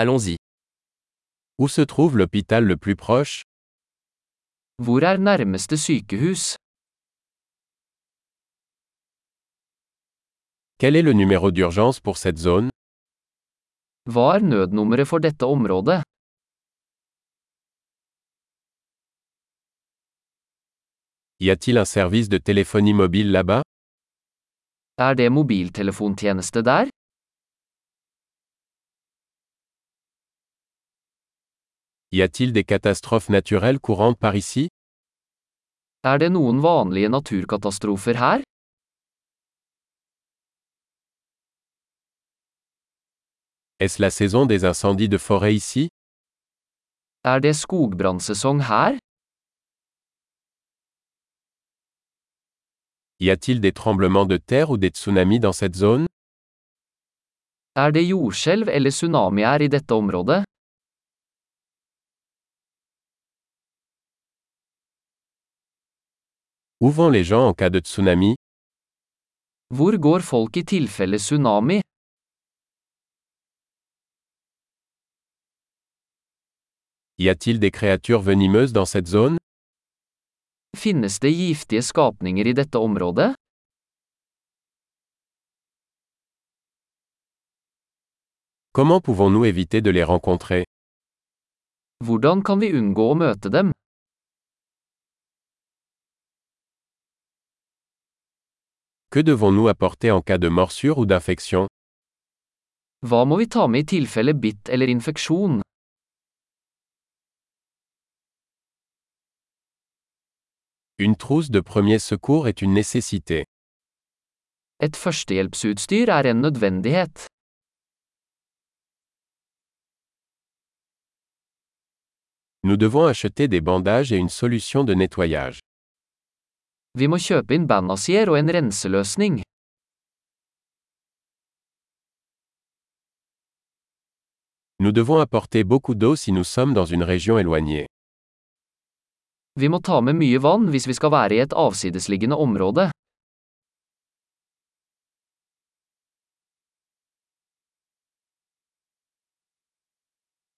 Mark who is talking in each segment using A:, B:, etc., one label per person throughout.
A: Allons-y.
B: Où se trouve l'hôpital le plus proche
A: Hvor er nærmeste sykehus?
B: Quel est le numéro d'urgence pour cette zone
A: Hva er nødnummeret for dette området?
B: Y a-t-il un service de téléphonie mobile là-bas
A: Er det mobiltelefontjeneste der?
B: Y a-t-il des catastrophes naturelles courantes par ici
A: Er det noen vanlige naturkatastrofer her?
B: Est-ce la saison des incendies de forêt ici
A: Er det skogbrannsesong her?
B: Y a-t-il des tremblements de terre ou des tsunamis dans cette zone
A: Er det jordskjelv eller tsunami her i dette området?
B: Où vont les gens en cas de tsunami
A: Hvor går folk i tilfelle tsunami?
B: Y a-t-il des créatures venimeuses dans cette zone
A: Finnes det giftige skapninger i dette området?
B: Comment pouvons-nous éviter de les rencontrer
A: Hvordan kan vi unngå å møte dem?
B: Que devons-nous apporter en cas de morsure ou d'infection
A: Hva må vi ta med i tilfelle bitt eller infeksjon?
B: Une trousse de premier secours est une nécessité.
A: Et førstehjelpsutstyr er en nødvendighet.
B: Nous devons acheter des bandages et une solution de nettoyage.
A: Vi må kjøpe inn bandasier og en renseløsning.
B: Nous devons apporter beaucoup d'eau si nous sommes dans une région éloignée.
A: Vi må ta med mye vann hvis vi skal være i et avsidesliggende område.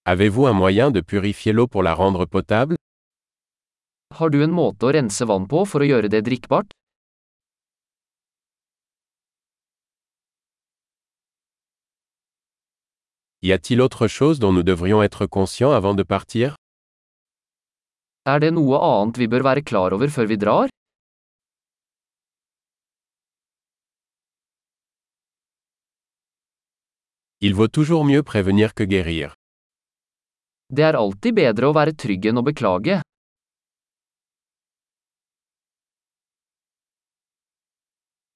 B: Avez-vous un moyen de purifier l'eau pour la rendre potable
A: Har du en måte å rense vann på for å gjøre det drikkbart?
B: Y a-t-il autre chose dont nous devrions être conscients avant de partir
A: Er det noe annet vi bør være klar over før vi drar?
B: Il vaut toujours mieux prévenir que guérir.
A: Det er alltid bedre å være trygg enn å beklage.